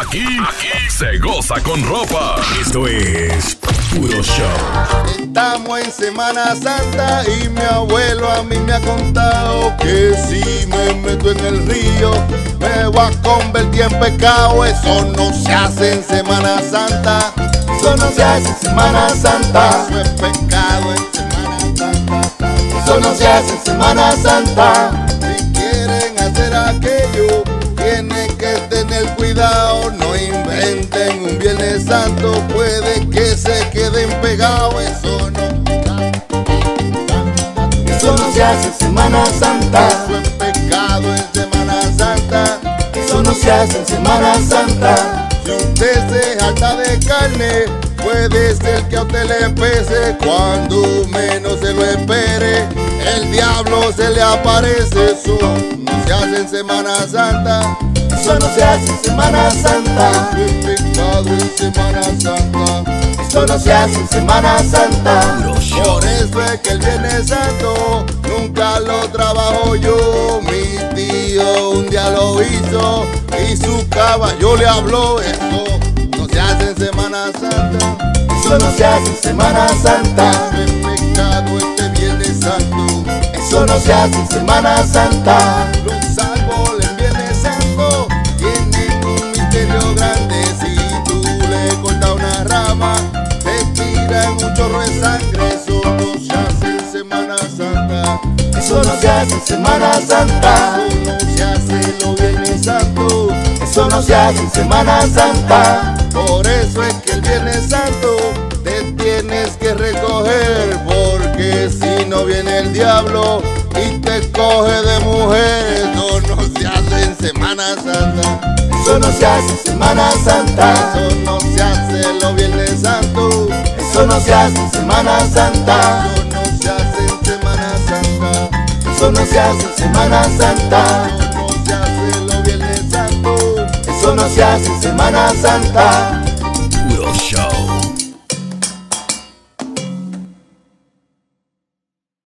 Aquí, aquí se goza con ropa. Esto es puro show. Estamos en Semana Santa y mi abuelo a mí me ha contado que si me meto en el río me voy a convertir en pecado. Eso no se hace en Semana Santa. Eso no se hace en Semana Santa. Eso es pecado en Semana Santa. Eso no se hace en Semana Santa. Si quieren hacer aquello, tienen que tener cuidado. No inventen un Viernes Santo, puede que se queden pegados. Eso no. Eso no se hace en Semana Santa. Eso es pecado en Semana Santa. Eso no se hace en Semana Santa. Si usted se jalta de carne, puede ser que a usted le pese cuando menos se lo espere. El diablo se le aparece, eso no se hace en Semana Santa. Eso no se hace en Semana Santa. Eso es pecado en Semana Santa. Eso no se hace en Semana Santa. Por eso es que el Viernes Santo nunca lo trabajo yo. Mi tío un día lo hizo y su caballo le habló. Eso no se hace en Semana Santa. Eso no se hace en Semana Santa. Eso es pecado este Viernes Santo. Eso no se hace en Semana Santa. Los árboles en Viernes Santo tienen un misterio grande. Si tú le cortas una rama, te tiran un chorro de sangre. Eso no se hace en Semana Santa. Eso no se hace en Semana Santa. Eso no se hace en los Viernes Santo. Eso no se hace en Semana Santa. Por eso es que el Viernes Santo te tienes que recoger. Porque si no viene el diablo y te coge de mujer, eso no se hace en Semana Santa. Eso no se hace en Semana Santa. Eso no se hace en los Viernes Santo. Eso no se hace en Semana Santa. Eso no se hace en Semana Santa. Eso no se hace en Semana Santa. Eso no se hace en los Viernes Santo. Eso no se hace en Semana Santa.